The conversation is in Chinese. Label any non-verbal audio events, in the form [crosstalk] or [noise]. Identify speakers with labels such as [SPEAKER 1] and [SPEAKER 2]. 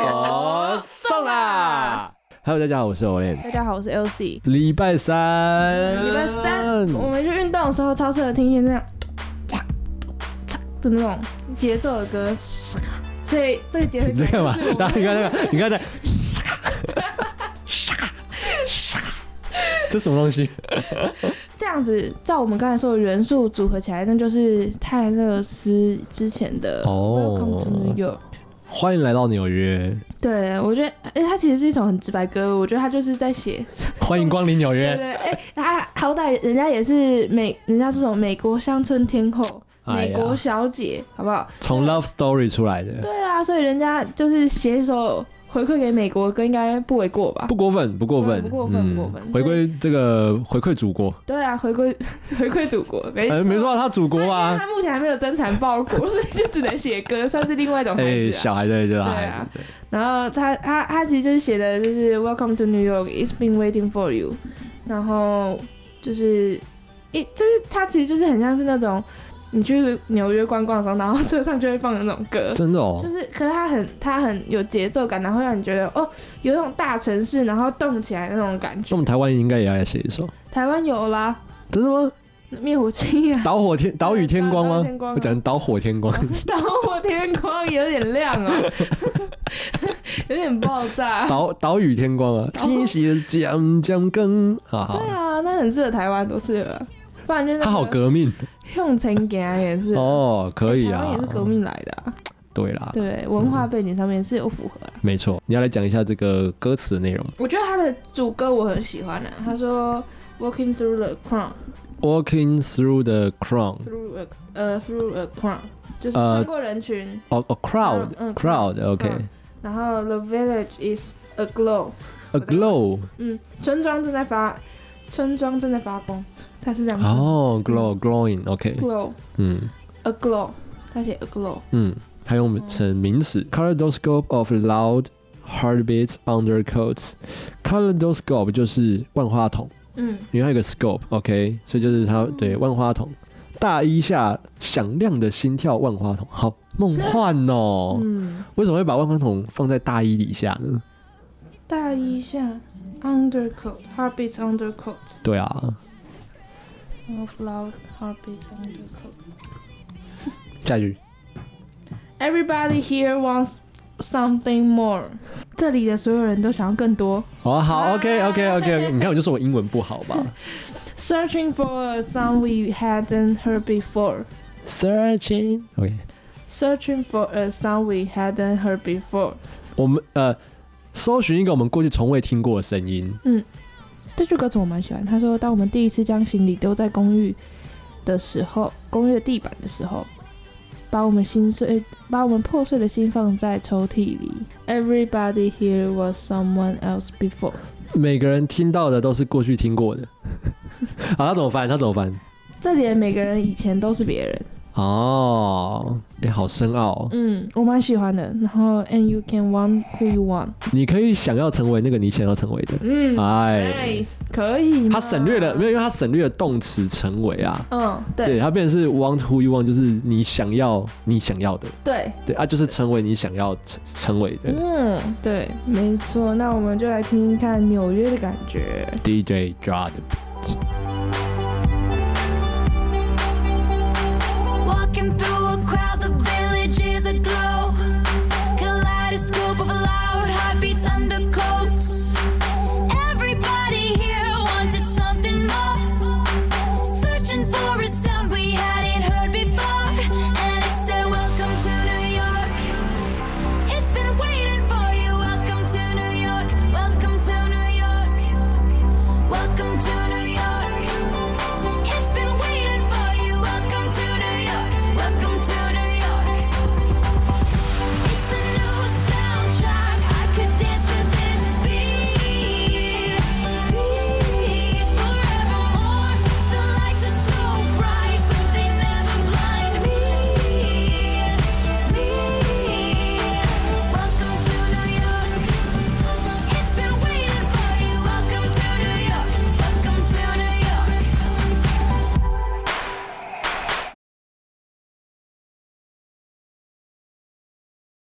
[SPEAKER 1] 哦，送啦！Hello，大家好，我是 Olen。
[SPEAKER 2] 大家好，我是 LC。
[SPEAKER 1] 礼拜三，
[SPEAKER 2] 礼拜三，哦我们去运动的时候超适合听一些那样，的那种节奏的歌。所以这个结合
[SPEAKER 1] 你在干嘛？然后你看那个，你看
[SPEAKER 2] [laughs]
[SPEAKER 1] 那， [laughs] 这什么东西？
[SPEAKER 2] 这样子，照我们刚才说的元素组合起来，那就是泰勒斯之前的《Welcome to New York》。
[SPEAKER 1] 哦欢迎来到纽约。
[SPEAKER 2] 对，我觉得，哎、欸，它其实是一首很直白歌，我觉得他就是在写
[SPEAKER 1] 欢迎光临纽约。
[SPEAKER 2] 对对，哎、欸，他好歹人家也是美，人家这种美国乡村天后、美国小姐，哎、好不好？
[SPEAKER 1] 从 Love Story 出来的。
[SPEAKER 2] 对啊，所以人家就是写一首回馈给美国歌，应该不为过吧？
[SPEAKER 1] 不过分，不过分，嗯
[SPEAKER 2] 不过分，不过分。
[SPEAKER 1] 回归这个回馈祖国。
[SPEAKER 2] 对啊，回归 [laughs] 回馈祖国，没、欸、
[SPEAKER 1] 哎没错，他祖国啊。
[SPEAKER 2] 他目前还没有增产报国， [laughs] 所以就只能写歌，算是另外一种孩子、啊欸。
[SPEAKER 1] 哎小孩对对
[SPEAKER 2] 啊。然后他他他其实就是写的就是 Welcome to New York, it's been waiting for you。然后就是一就是他其实就是很像是那种。你去纽约观光的时候，然后车上就会放那种歌，
[SPEAKER 1] 真的哦，
[SPEAKER 2] 就是可是它很它很有节奏感，然后让你觉得哦，有一种大城市然后动起来那种感觉。
[SPEAKER 1] 那我们台湾应该也要来写一首。
[SPEAKER 2] 台湾有啦，
[SPEAKER 1] 真的吗？
[SPEAKER 2] 灭火
[SPEAKER 1] [laughs]
[SPEAKER 2] 器啊！
[SPEAKER 1] 导火天，岛屿天光吗？
[SPEAKER 2] 天光啊、
[SPEAKER 1] 我讲导火天光。 [laughs]
[SPEAKER 2] 导火天光有点亮哦、喔，有点爆炸。
[SPEAKER 1] 岛岛屿天光啊！天是将将更，哈哈。
[SPEAKER 2] 对啊，那很适合台湾，多适合、啊。不然就是
[SPEAKER 1] 他哦好革命，
[SPEAKER 2] 用情感也是
[SPEAKER 1] 哦，可以啊，
[SPEAKER 2] 欸、也是革命来的、啊，
[SPEAKER 1] 对啦，
[SPEAKER 2] 对文化背景上面是有符合、啊
[SPEAKER 1] 嗯，没错。你要来讲一下这个歌词的内容。
[SPEAKER 2] 我觉得他的主歌我很喜欢的、啊，他说 “Walking through the
[SPEAKER 1] crowd”，“Walking through the crowd”，“through
[SPEAKER 2] a 呃 through a crowd” 就是
[SPEAKER 1] Uh,
[SPEAKER 2] 穿过人群，
[SPEAKER 1] 哦哦
[SPEAKER 2] 嗯
[SPEAKER 1] crowd，crowd，OK。
[SPEAKER 2] 然后 “The village is aglow”，aglow，嗯，村庄正在发，村庄正在发光。它是这样
[SPEAKER 1] 哦、oh,，glow
[SPEAKER 2] 嗯
[SPEAKER 1] glowing，OK，glow，、
[SPEAKER 2] okay、嗯，a glow，它写 a glow，
[SPEAKER 1] 嗯，它用成名词、嗯、，kaleidoscope of loud heartbeats under coats，kaleidoscope 就是万花筒，嗯，因为它有个 scope，OK，、okay, 所以就是它对万花筒，大衣下响亮的心跳万花筒，好梦幻哦，嗯，为什么会把万花筒放在大衣底下呢？
[SPEAKER 2] 大衣下 undercoat heartbeats undercoat，
[SPEAKER 1] 对啊。
[SPEAKER 2] Of loud heartbeats on the cold.
[SPEAKER 1] 下一句。
[SPEAKER 2] Everybody here wants something more. 这里的所有人都想要更多。
[SPEAKER 1] 哦，好，OK，OK，OK，OK。你看，我就说我英文不好吧。
[SPEAKER 2] Searching for a song we hadn't heard before.
[SPEAKER 1] [laughs] Searching. OK.
[SPEAKER 2] Searching for a song we hadn't heard before.
[SPEAKER 1] 我们呃，搜寻一个我们过去从未听过的声音。嗯。
[SPEAKER 2] 这句歌词我蛮喜欢。他说：“当我们第一次将行李丢在公寓的时候，公寓的地板的时候，把我们心碎、把我们破碎的心放在抽屉里。Everybody here was someone else before。”
[SPEAKER 1] 每个人听到的都是过去听过的。 [laughs] 好啊，他怎么翻？他怎么翻？
[SPEAKER 2] 这里的每个人以前都是别人。
[SPEAKER 1] 哦，哎，好深奥、哦。
[SPEAKER 2] 嗯，我蛮喜欢的。然后，and you can want who you want，
[SPEAKER 1] 你可以想要成为那个你想要成为的。
[SPEAKER 2] 嗯，哎，可以。
[SPEAKER 1] 啊他省略了，没有，因为他省略了动词成为啊。
[SPEAKER 2] 嗯，对。
[SPEAKER 1] 对，他变成是 want who you want，就是你想要你想要的。
[SPEAKER 2] 对，
[SPEAKER 1] 对啊，就是成为你想要成成为的。
[SPEAKER 2] 嗯，对，没错。那我们就来听听看纽约的感觉。
[SPEAKER 1] DJ Drop。